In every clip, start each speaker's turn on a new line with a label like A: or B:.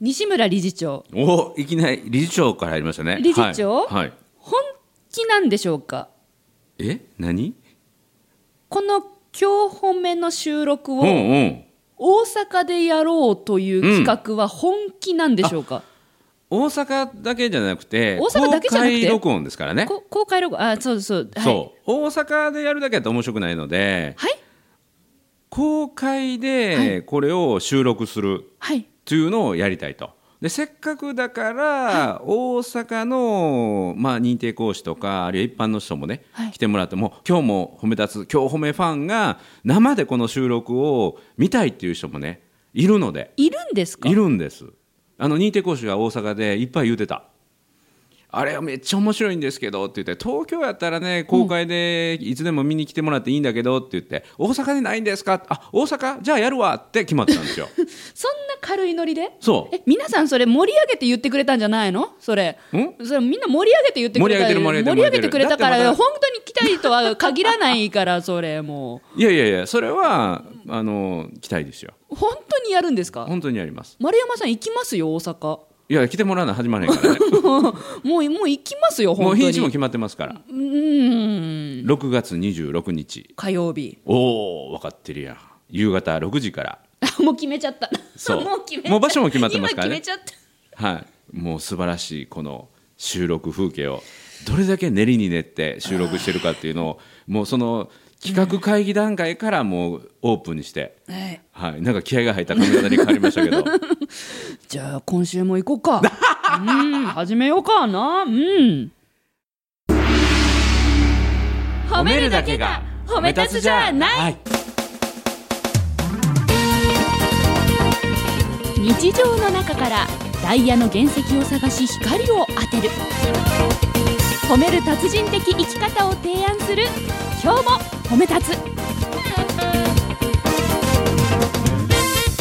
A: 西村理事長、
B: おいきなり理事長から入りましたね
A: 理事長
B: はい、はい
A: 本気なんでしょうか
B: え何
A: この今日本目の収録
B: うんう
A: を
B: ん
A: 大阪でやろうという企画は本気なんでしょうか、
B: 大阪だけじゃなくて
A: 大阪だけじゃなくて
B: 公開録音ですからね
A: こ公開録あそうそうはい
B: そう大阪でやるだけだと面白くないので
A: はい
B: 公開
A: は
B: でこれを収録する
A: はい
B: っていうのをやりたいと。でせっかくだから、大阪の、まあ、認定講師とかあるいは一般の人もね、
A: はい
B: 来てもらっても今日も褒め立つ今日褒めファンが生でこの収録を見たいっていう人もねいるので
A: いるんですか
B: いるんですあの認定講師が大阪でいっぱい言うてたあれはめっちゃ面白いんですけどって言って東京やったらね公開でいつでも見に来てもらっていいんだけどって言って、大阪でないんですかあ大阪じゃあやるわって決まったんで すよ
A: そんな軽いノリで
B: そう
A: え皆さんそれ盛り上げて言ってくれたんじゃないのそれ
B: ん
A: それみんな盛り上げて言ってくれた
B: 盛り上げてる盛り上げて
A: 盛
B: る
A: り上げてくれたか
B: だってま
A: ら
B: だ
A: 本当に来たいとは限らないからそれも
B: いやいやいやそれはあの期待ですよ
A: う本当にやるんですか
B: 本当にやります
A: 丸山さん行きますよ大阪
B: いや来てもらわない始まらへん からね
A: もうもう行きますよ
B: も
A: 本
B: う日
A: 当
B: にちも
A: に
B: 決まってますから
A: うーん
B: 6月26日
A: 火曜日
B: おお分かってるやん夕方6時から
A: あ もう決めちゃった
B: そう
A: もう決めちゃった
B: もう場所も決まってますからね
A: 今決めちゃった
B: はい、もう素晴らしいこの収録風景をどれだけ練りに練って収録してるかっていうのをもうその企画会議段階からもうオープンにして、
A: はい、
B: はい、なんか気合が入った髪型に変わりましたけど
A: じゃあ今週も行 こうかうん始めようかなうん褒
B: はい、
A: 日常の中からダイヤの原石を探し光を当てる褒める達人的生き方を提案する今日も褒め立つ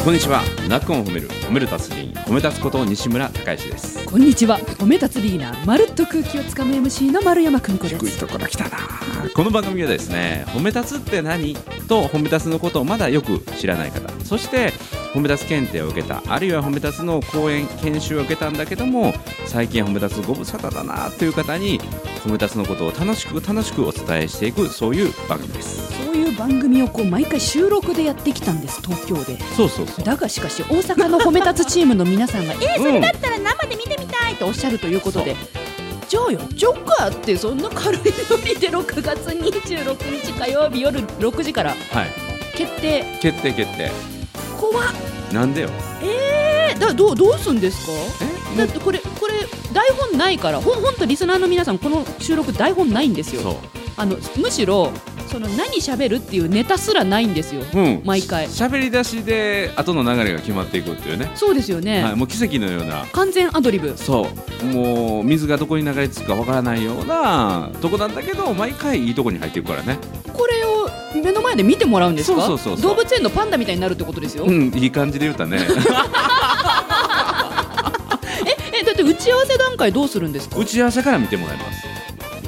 B: こんにちは「ナックンを褒める褒める達人褒め立つこと西村孝之です
A: こんにちは褒め立つリーナーまるっと空気をつかむ MC の丸山久美子で
B: 低い
A: す
B: ところ来たなこの番組はですね褒め立つって何と褒め立つのことをまだよく知らない方そして褒め立つ検定を受けたあるいは褒め立つの講演研修を受けたんだけども最近褒め立つご無沙汰だなという方に褒め立つのことを楽しく楽しくお伝えしていくそういう番組です
A: そういう番組をこう毎回収録でやってきたんです東京で
B: そうそうそう
A: だがしかし大阪の褒め立つチームの皆さんが えー、そ
B: うん
A: れだったら生で見てみたいとおっしゃるということで、じゃあやっちゃおうかってそんな軽いノリで6月26日火曜日夜6時から
B: はい
A: 決定
B: 決定決定
A: 怖っ
B: なんでよ
A: えだどうどうすんですか
B: え
A: だってこれこれ台本ないからほんほんとリスナーの皆さんこの収録台本ないんですよ
B: そ
A: あのむしろその何喋るっていうネタすらないんですよ
B: ううん
A: 毎回
B: 喋り出しで後の流れが決まっていくっていうね、
A: そうですよね、
B: はい、もう奇跡のような
A: 完全アドリブ
B: そうもう水がどこに流れ着くかわからないようなとこなんだけど毎回いいとこに入っていくからね
A: これを目の前で見てもらうんですか
B: そうそうそうそう
A: 動物園のパンダみたいになるってことですよ、
B: うんいい感じで言ったね
A: えだって打ち合わせ段階どうするんですか
B: 打ち合わせから見てもらいます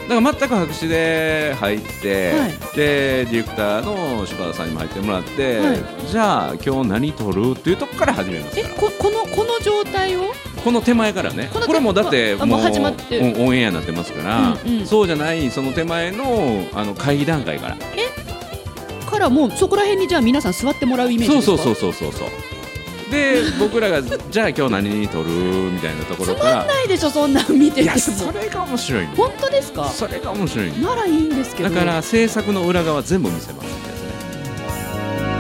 B: だから全く白紙で入って、
A: はい
B: でディレクターの柴田さんにも入ってもらって、
A: はい
B: じゃあ今日何撮るっていうとこから始めます
A: え
B: から
A: ここのこの状態を
B: この手前からね
A: こ
B: こ
A: の手
B: れもうだって
A: あも
B: もう
A: う始まってる
B: オンオンエアになってますから、
A: うんうん
B: そうじゃないその手前のあの会議段階から
A: からもうそこら辺にじゃあ皆さん座ってもらうイメージで
B: そ
A: す
B: う
A: か
B: そうそううそうそうそう で僕らがじゃあ今日何に撮るみたいなところから
A: ないでしょそんなん見て
B: い
A: ても
B: やそれが面白いの
A: 本当ですか
B: それが面白いの
A: ならいいんですけど
B: だから制作の裏側全部見せますってやつね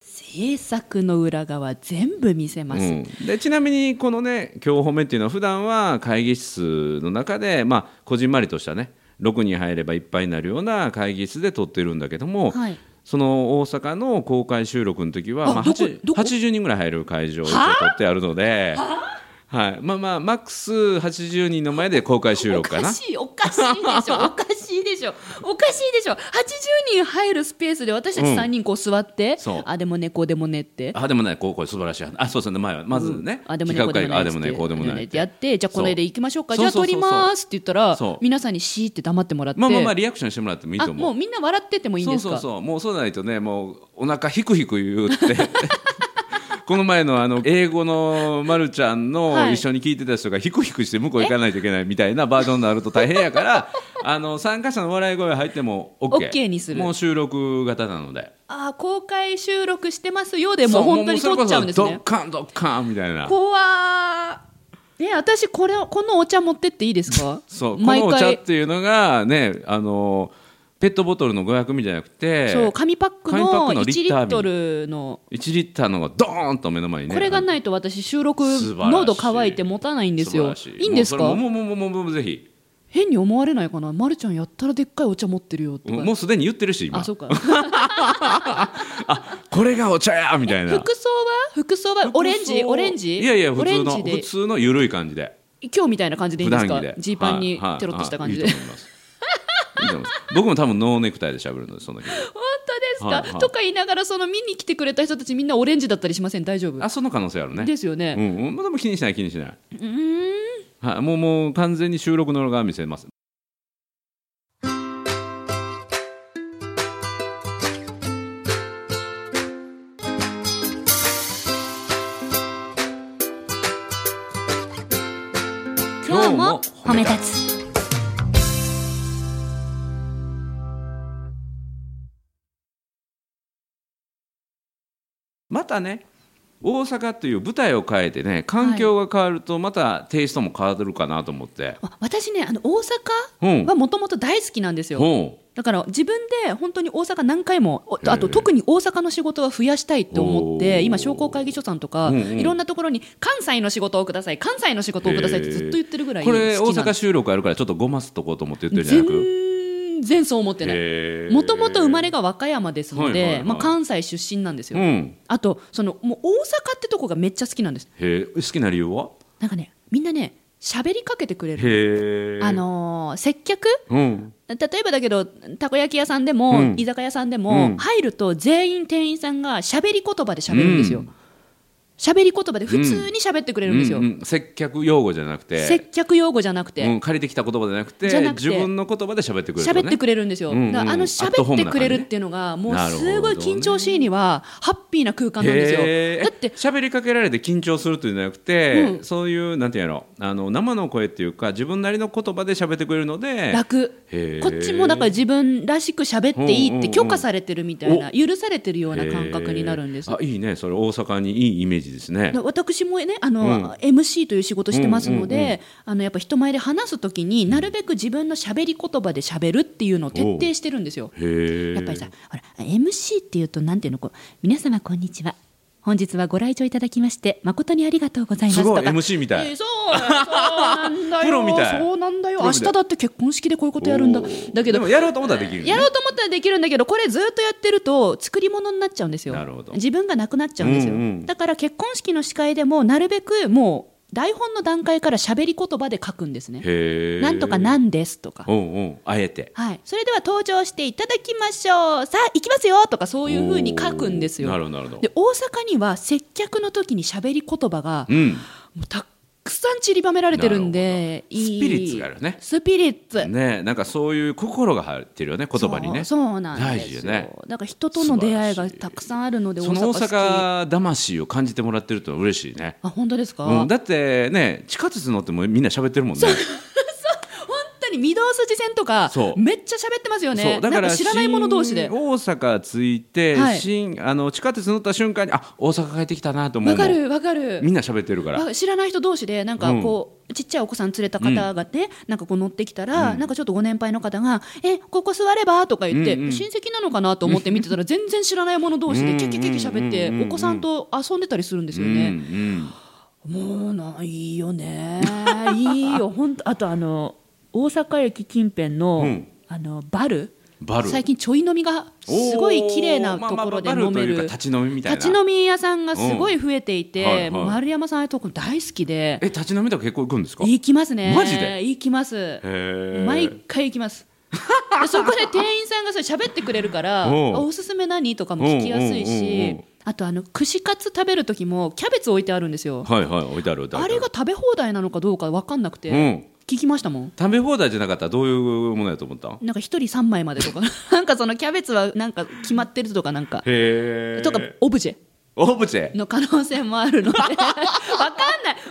A: 制作の裏側全部見せます、
B: うん、でちなみにこのね「今日褒め」っていうのは普段は会議室の中でまあこじんまりとしたね6人入ればいっぱいになるような会議室で撮ってるんだけども、
A: はい
B: その大阪の公開収録の時は
A: あ
B: まあ、
A: どこ
B: 8
A: どこ
B: 80人ぐらい入る会場を一応取ってあるので。ははい、まあまあマックス80人の前で公開収録か
A: お
B: な
A: かしいおか しいでしょおかしいでしょおかしいでしょ80人入るスペースで私たち
B: うん
A: 3人こう座って、
B: そう
A: あでもねこうでもねって
B: あでもないこうこれ素晴らしい話あそうそうね前はまずね、
A: あでもね
B: 企
A: こ
B: 画
A: うで
B: 会
A: も
B: が
A: ない
B: あでもないこうでもない
A: ってやってじゃあこの絵で行きましょうかじゃあ
B: そ
A: 撮
B: うそ
A: り
B: うそうそう
A: ますって言ったら
B: そう
A: 皆さんにシーって黙ってもらって
B: まあまあまあリアクションしてもらってもいいと
A: あ
B: 思
A: もうみんな笑っててもいいんです
B: そう
A: か
B: そうそうもうそうないとねもうお腹ひくひく言うって この前のあの英語のまるちゃん
A: は
B: の
A: い
B: 一緒に聞いてた人がひくひくして向こう行かないといけないみたいなバージョンになると大変やから あの参加者の笑い声入っても OK,
A: OK にする
B: もう収録型なので
A: あー公開収録してますよでも本当に撮っちゃうんです
B: それ
A: ね
B: こそドッカンドッカンみたいな
A: 怖ーね私これをこのお茶持ってっていいですか
B: そうこ
A: 毎
B: のお茶っ
A: 回
B: ていうのがねあのペットボトルの500ミリじゃなくて
A: そう紙パック
B: 紙パッ
A: の
B: クの
A: 1
B: リ
A: リ
B: ッター
A: ッ
B: 瓶
A: トルの
B: 1リッターのがドーンと目の前にね
A: これがないと私収録
B: 素晴らしい
A: 喉乾いて持たないんですよ
B: 素晴らし
A: いいんですか
B: もうそれももうもうもうもうもうぜひ
A: 変に思われないかなまるちゃんやったらでっかいお茶持ってるよとか
B: もうすでに言ってるし今
A: あそうか
B: これがお茶やみたいな
A: 服装は服装はオレン
B: 服
A: ジ
B: 装
A: オレンジ
B: いやいや普通
A: オレ
B: の
A: ンジで
B: 普通の緩い感じで
A: 今日みたいな感じでいい
B: 普
A: んです
B: 段着
A: か
B: で
A: ジーパンに
B: はいはい
A: テロッとした
B: は
A: 感
B: い
A: じで、
B: いいと思います いいと思います僕も多分ノーネクタイで喋るのでその日
A: 本当ですか、
B: はいはい
A: とか言いながらその見に来てくれた人たちみんなオレンジだったりしません大丈夫
B: あその可能性あるね
A: ですよね、
B: うんうんまあでも気にしない気にしないはいもうもう完全に収録の側見せます今日も褒め立
A: つ
B: またね大阪という舞台を変えてね環境が変わるとまたテイストも変わるかなと思って、
A: 私ねあの大阪
B: うん
A: はもともと大好きなんですよ
B: ほ
A: だから自分で本当に大阪何回もお
B: へえ
A: あと特に大阪の仕事は増やしたいと思っ
B: お
A: て
B: ー
A: 今商工会議所さんとか、
B: うんうん
A: いろんなところに関西の仕事をください関西の仕事をくださいってずっと言ってるぐらい
B: これ大
A: 好きなん
B: 阪
A: です
B: 収録あるからちょっとごますとこうと思って言ってるんじゃなく
A: 全然そう思ってない
B: へー
A: もともと生まれが和歌山ですので、
B: はいはいはい
A: まあ、関西出身なんですよ、
B: うん
A: あとそのもう大阪ってとこがめっちゃ好きなんです
B: へー好きな理由は
A: なんかねみんなね喋りかけてくれる
B: へえ
A: あのー接客
B: うん
A: 例えばだけどたこ焼き屋さんでも、
B: うん
A: 居酒屋さんでも、
B: うん
A: 入ると全員店員さんが喋り言葉で喋るんです
B: う
A: よ
B: ん
A: 喋、り言葉で普通に喋ってくれるんですよ、
B: うんうん接客用語じゃなくて
A: 接客用語じゃなく
B: う
A: て
B: ん、借りてきた言葉じゃなくて
A: じゃなくて
B: 自分の言葉で喋ってくれる、ね、
A: 喋、ってくれるんですよ、
B: うんうん
A: だからあの
B: アットホ
A: 喋っ
B: ーム
A: て
B: な
A: く
B: 感
A: れ
B: じね
A: るっていうのがもう
B: なるほどね
A: すごい緊張シーンにはハッピーな空間なんですよ、
B: へー
A: だって
B: 喋りかけられて緊張するというんじゃなくて、
A: うん
B: そういうなんていうのあの生の声っていうか自分なりの言葉で喋ってくれるので
A: 楽
B: へー
A: こっちもだから自分らしく喋っていいって許可されてるみたいな
B: お
A: 許されてるような感覚になるんです
B: へーあいいねそれ大阪にいいイメージですね
A: だ私もねあの、
B: うん
A: MC という仕事してますので、
B: うんうん
A: あのやっぱ人前で話すときになるべく自分の喋り言葉で喋るっていうのを徹底してるんですよ。
B: へえ
A: やっぱりさほら MC っていうとなんていうのこう皆様こんにちは本日はご来場いただきまして誠にありがとうございます
B: す
A: と
B: ご
A: か
B: い MC みたい、
A: えーそうそうなんだよ
B: プロみたい
A: そうなんだよ
B: プロ
A: 明
B: みた
A: 日
B: い
A: だって結婚式でこういうことやるんだ
B: おー
A: だけど
B: でもやろうと思ったらできるよね
A: やろうと思ったらできるんだけどこれずっとやってると作り物になっちゃうんですよ
B: なるほど
A: 自分がなくなっちゃうんですよ、
B: うんうん
A: だから結婚式の司会でもなるべくもう台本の段階から喋り言葉で書くんですね
B: へえ
A: なんとかなんですとか
B: おうんうんあえて
A: はい、それでは登場していただきましょうさあ行きますよとかそういうふうに書くんですよ
B: おーなるほどなるほど
A: で大阪には接客の時に喋り言葉が
B: うん
A: もうたっくさん散りばめられてるんでいい
B: スピリッツがあるね
A: スピリッツ
B: ねなんかそういう心が入ってるよね言葉にね
A: そうそうなんですよ
B: 大事よね
A: だから人との出会いがたくさんあるので
B: そ
A: 大阪
B: の
A: 好
B: 大
A: き
B: 阪魂を感じてもらってると嬉しいね、
A: あ本当ですか、
B: うん、
A: 本
B: だってね地下鉄乗ってもみんな喋ってるもんね
A: 当に御堂筋線とか
B: そう
A: めっちゃ喋ってますよ
B: そ
A: ね
B: うだか
A: なん
B: ら
A: か知らない者同士で
B: 新大阪着いて、
A: はい
B: 新あの地下鉄乗った瞬間にあ大阪帰ってきたなと思う
A: わ
B: もん
A: かるわかる
B: みんな喋ってるから
A: わ知らない人同士でなんかこう、ちっちゃいお子さん連れた方がね、なんかこう乗ってきたら、なんかちょっとご年配の方が「えここ座れば?」とか言って、
B: うんうん
A: 親戚なのかなと思って見てたら全然知らない者同士で
B: うん
A: キャッキャッキャッキャ喋って、
B: うんうんうん
A: お子さんと遊んでたりするんですよ
B: うん
A: ね。
B: うん
A: もうないいよね いいよ本当あとあの大阪駅近辺の、
B: うん
A: あのバル
B: バル
A: 最近ちょい飲みがすごい綺麗なところで飲め
B: おーまあまあバルというか
A: る
B: 立ち飲みみたいな
A: 立ち飲み屋さんがすごい増えていて、
B: うんはいはい
A: もう丸山さんああいうとこ大好きで
B: え立ち飲みとか結構行くんですかへ
A: 行きますね
B: マジで
A: 行きます
B: え
A: 毎回行きますでそこで店員さんがそれ喋ってくれるから
B: おう
A: おすすめ何とかも聞きやすい
B: おうおうおうお
A: し
B: う
A: あとあの串カツ食べる時もキャベツ置いてあるんですよ
B: はいはい置いてある置いてある
A: あれが食べ放題なのかどうか分かんなくて、
B: うん
A: 聞きましたもん
B: 食べ放題じゃなかったらどういうものやと思った
A: なんか一人3枚までとかなんかそのキャベツはなんか決まってるとかなんか
B: へえ
A: とかオブジェ
B: オブジェ
A: の可能性もある のでわかんない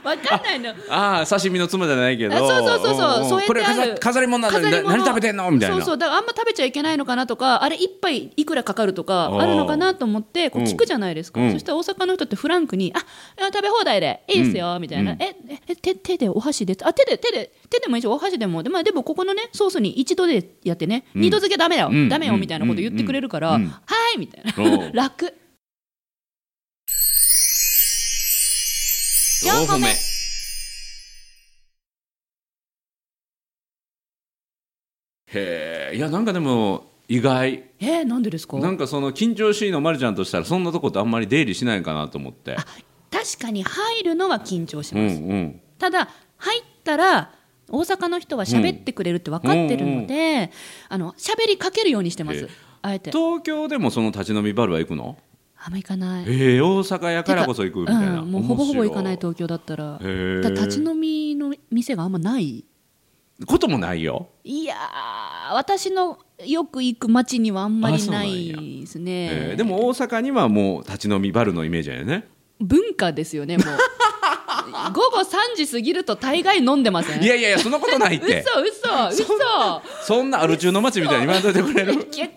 A: わかんないの
B: ああ刺身の妻じゃないけど
A: あそうそうそうそう
B: おお
A: 添えてある
B: これ飾飾り物なのに
A: 飾
B: な
A: り物
B: 何食べてんのみたいな
A: そうそうだからあんま食べちゃいけないのかなとかあれ一杯いくらかかるとか
B: あー
A: あるのかなと思ってこう聞くじゃないですか、
B: うん
A: そしたら大阪の人ってフランクに「ああ食べ放題でいいですよ」みたいな「
B: うん
A: えええ手手でお箸で」あ手で手で手でもいいしお箸でもで,、まあ、でもここのねソースに一度でやってね、
B: うん
A: 二度漬けダメだよ、
B: うん
A: ダメよみたいなこと言ってくれるから「
B: うんうん
A: はい」みたいな
B: おう
A: 楽
B: 四個目へえいやなんかでも意外
A: えー、なんでですか
B: なんかその緊張しいのまるちゃんとしたらそんなとこってあんまり出入りしないかなと思って
A: 確かに入るのは緊張し
B: うん
A: ます、
B: うん
A: ただ入ったら大阪の人は喋ってくれるって分かってるので、あの喋りかけるようにしてま
B: ええ
A: すあえて
B: 東京でもその立ち飲みバルは行くの
A: あんま行かない
B: ええ大阪やからこそ行くみたいな、
A: うん、もうほぼほぼ
B: 面白
A: 行かない東京だったら
B: へえ
A: だから立ち飲みの店があんまない
B: こともないよ
A: いやー私のよく行く街にはあんま
B: あ
A: り
B: そうな
A: なん
B: や
A: いですね、
B: えーでも大阪にはもう立ち飲みバルのイメージだよね。
A: 文化ですよね もう午後3時過ぎると大概飲んでません
B: いやいやいや、そんなことないっ
A: 嘘
B: て。
A: 嘘嘘
B: そんなアル中の街みたいに言わんといてくれる。
A: 結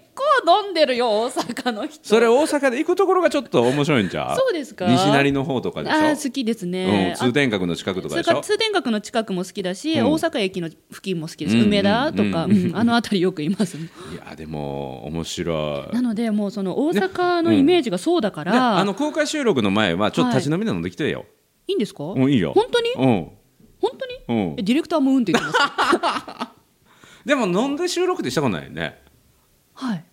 A: 構飲んでるよ大阪の人
B: それ大阪で行くところがちょっと面白いんじゃう
A: そうですか
B: 西成の方とかでしょ
A: あ。ー好きです
B: うん、
A: ね、あ
B: 通天閣の近くと
A: そ
B: かで
A: れ
B: し
A: から
B: ょ。
A: 通天閣の近くも好きだし、
B: うん
A: 大阪駅の付近も好きです、
B: うん
A: 梅田とか、
B: うんうん
A: うんあの辺りよくいます
B: いや、でも面白い
A: な。のでもうその大阪のイメージがそうだか
B: いや
A: ら、
B: あの公開収録の前はちょっと立ち飲みなのできてよ。
A: いいんですか、
B: うん、いいよ。
A: 本当に
B: うん。
A: 本当に、
B: うん
A: えディレクターもうんって言って ます
B: でも飲んで収録ってしたことないよね。
A: はい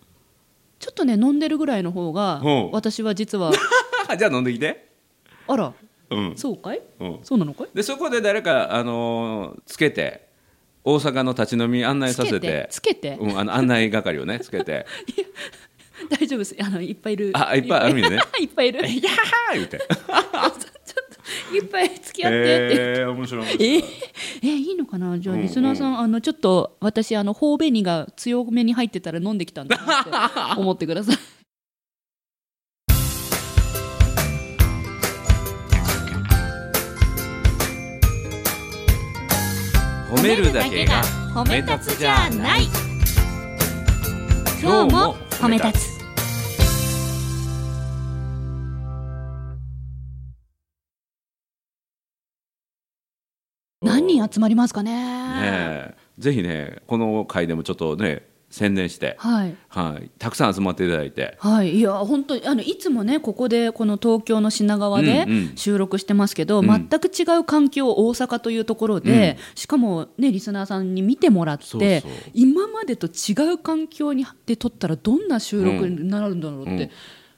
A: ちょっとね飲んでるぐらいの方が、
B: うん
A: 私は実 は
B: じゃあ飲んできて。
A: あら
B: うん。
A: そうかい
B: うん。
A: そうなのかい
B: でそこで誰か、あのーつけて大阪の立ち飲み案内
A: つ
B: さ
A: け
B: せて
A: てつけて、
B: うん、あの案内係をねつけ て
A: 大丈夫ですあのいっぱいいる
B: あいっぱいある意味ね
A: いっぱいいる
B: 「いやー!」言うて
A: ちょっといっぱい付き合ってって、
B: えー、面白い面
A: え
B: 白い
A: ーえいいのかなじゃあ
B: うん
A: リスナーさん、あのちょっと私あの頬紅が強めに入ってたら飲んできたんだなって思ってくださ い
B: 褒めるだけが褒め立つじゃない今日も褒め立
A: つ何人集まりますかね
B: ねえぜひねこの回でもちょっとね宣伝して、
A: はい
B: はい、たくさん集まっていただいて
A: はい、いや本当にあのいつもねここでこの東京の品川で
B: うんうん
A: 収録してますけど、
B: ん
A: 全く違う環境を大阪というところで、しかもねリスナーさんに見てもらって
B: そうそう
A: 今までと違う環境にで撮ったらどんな収録になるんだろうって、
B: うん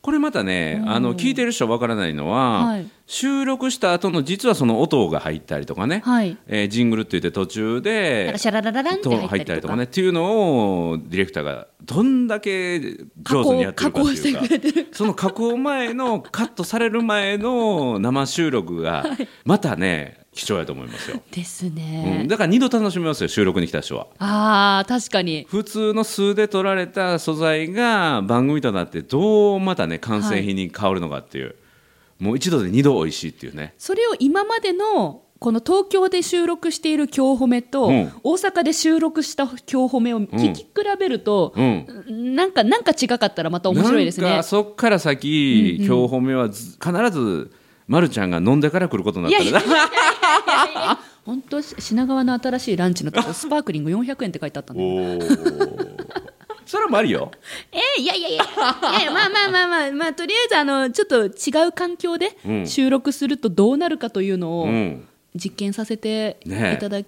B: これまたねあの聞いてる人わからないのは、
A: はい
B: 収録した後の実はその音が入ったりとかね、
A: はい、
B: えージングルって言って途中
A: なん
B: で
A: かシャラララランって
B: と入
A: 入
B: っ
A: ったたり
B: りと
A: と
B: か
A: か
B: ねっていうのをディレクターがどんだけ
A: 加
B: 上手にや
A: 工加
B: ってるかって
A: 工して
B: いうか
A: くれてる
B: その加工前のカットされる前の生収 録がまたね貴重やと思いますよ、
A: です
B: う
A: ね
B: ん、、だから二度楽しめますよ収録に来た人は
A: ああ確かに
B: 普通の素で撮られた素材が番組となってどうまたね完成品に変わるのかっていう、もう一度で二度美味しいっていうね
A: それを今までのこの東京で収録している京褒めと、
B: うん
A: 大阪で収録した京褒めを聞き比べると、
B: うん
A: なんかなんか違かったらまた面白いです
B: なん
A: ね
B: か。そっから先、今日褒めはず必ずまるちゃんが飲んでから来ることになったら
A: いや 本当品川の新しいランチのとこスパークリング400円って書いてあったんで。
B: おーそれもありよ。
A: えー、いやいやいやいやいやまあまあまあまあまあとりあえずあのちょっと違う環境で
B: うん
A: 収録するとどうなるかというの
B: う
A: を
B: ん。
A: 実験させてい
B: ねえ
A: ただ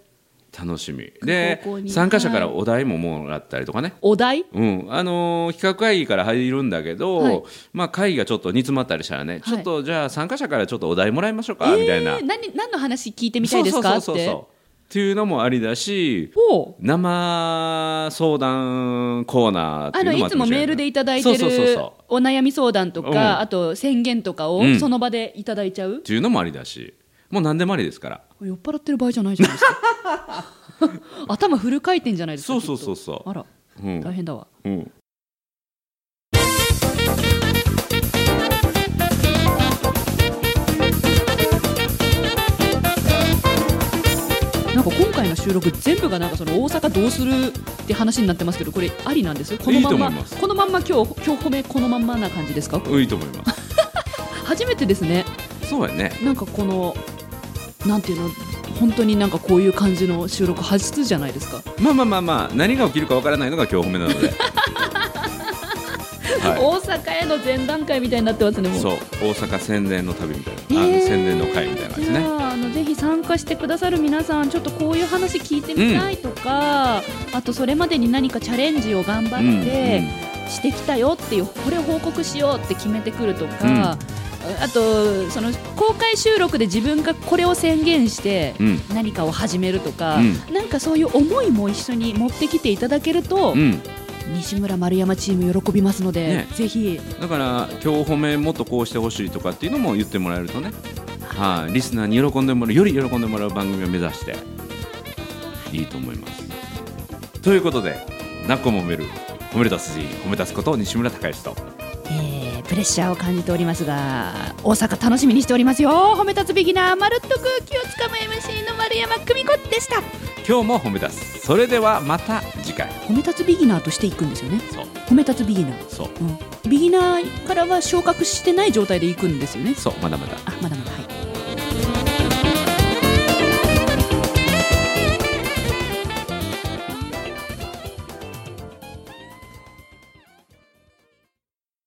B: 楽しみで
A: 高校に
B: 参加者からお題ももらったりとかね、
A: お題
B: うんあのー企画会議から入るんだけど、
A: はい
B: まあ、会議がちょっと煮詰まったりしたらね、ちょっとじゃあ参加者からちょっとお題もらいましょうか、みたいな
A: えー、何何の話聞いてみたいですか
B: そうそうそうそう
A: って
B: っていうのもありだし
A: ほう
B: 生相談コーナーってい
A: あ
B: うの
A: の
B: も
A: い
B: あっ
A: つ
B: ても
A: も
B: しれな
A: メールでいただいて
B: そうそうそう
A: る
B: そう
A: お悩み相談とか、
B: うん
A: あと宣言とかを
B: うん
A: その場でいただいちゃう
B: っ、ていうのもありだしもう何でもありですから
A: 酔っ払ってる場合じゃないじゃないですか 頭フル回転じゃないですか
B: そうそ
A: き
B: う
A: っ
B: そ
A: と
B: うそ
A: あら
B: う、うん
A: 大変だわ、
B: うん、
A: なんか今回の収録全部がなんかその大阪どうするって話になってますけどこれありなんですこのまんま
B: いいと思います
A: このまんま今日今日褒めこのまんまな感じですか
B: いいと思います
A: 初めてですね
B: そうやね
A: なんかこのなんていうの本当になんかこういう感じの収録初じゃないですか、
B: まあまあまあまあ何が起きるかわからないのが今日褒めな のでは
A: 大阪への前段階みたいになってますねも
B: いうそう大阪宣伝の旅みたいな、あ
A: え
B: の
A: ー
B: 宣伝の会みたいな感じ
A: じ
B: ね
A: ゃああのぜひ参加してくださる皆さんちょっとこういう話聞いてみたいとか、あとそれまでに何かチャレンジを頑張
B: うん
A: って、してきたよっていうこれを報告しようって決めてくるとか、
B: うん
A: あとその公開収録で自分がこれを宣言して
B: うんうん
A: 何かを始めるとか、
B: う
A: なんかそういう思いも一緒に持ってきていただけると、
B: うん、
A: 西村丸山チーム喜びますので、
B: ね
A: ぜひ
B: だから今日褒めもっとこうしてほしいとかっていうのも言ってもらえるとね、はい、リスナーに喜んでもらうより喜んでもらう番組を目指していいと思います。ということで「なっこも褒める褒めるたすじ褒めたすこと西村孝之と
A: えープレッシャーを感じておりますが大阪楽しみにしておりますよ褒め立つビギナーまるっと空気をつかむ MC の丸山久美子でした
B: 今日も褒めたすそれではまた次回
A: 褒め立つビギナーとしていくんですよね
B: そう
A: 褒め立つビギナー、
B: そう
A: うん、ビギナーからは昇格してない状態でいくんですよね
B: そうまだまだ
A: あまだまだはい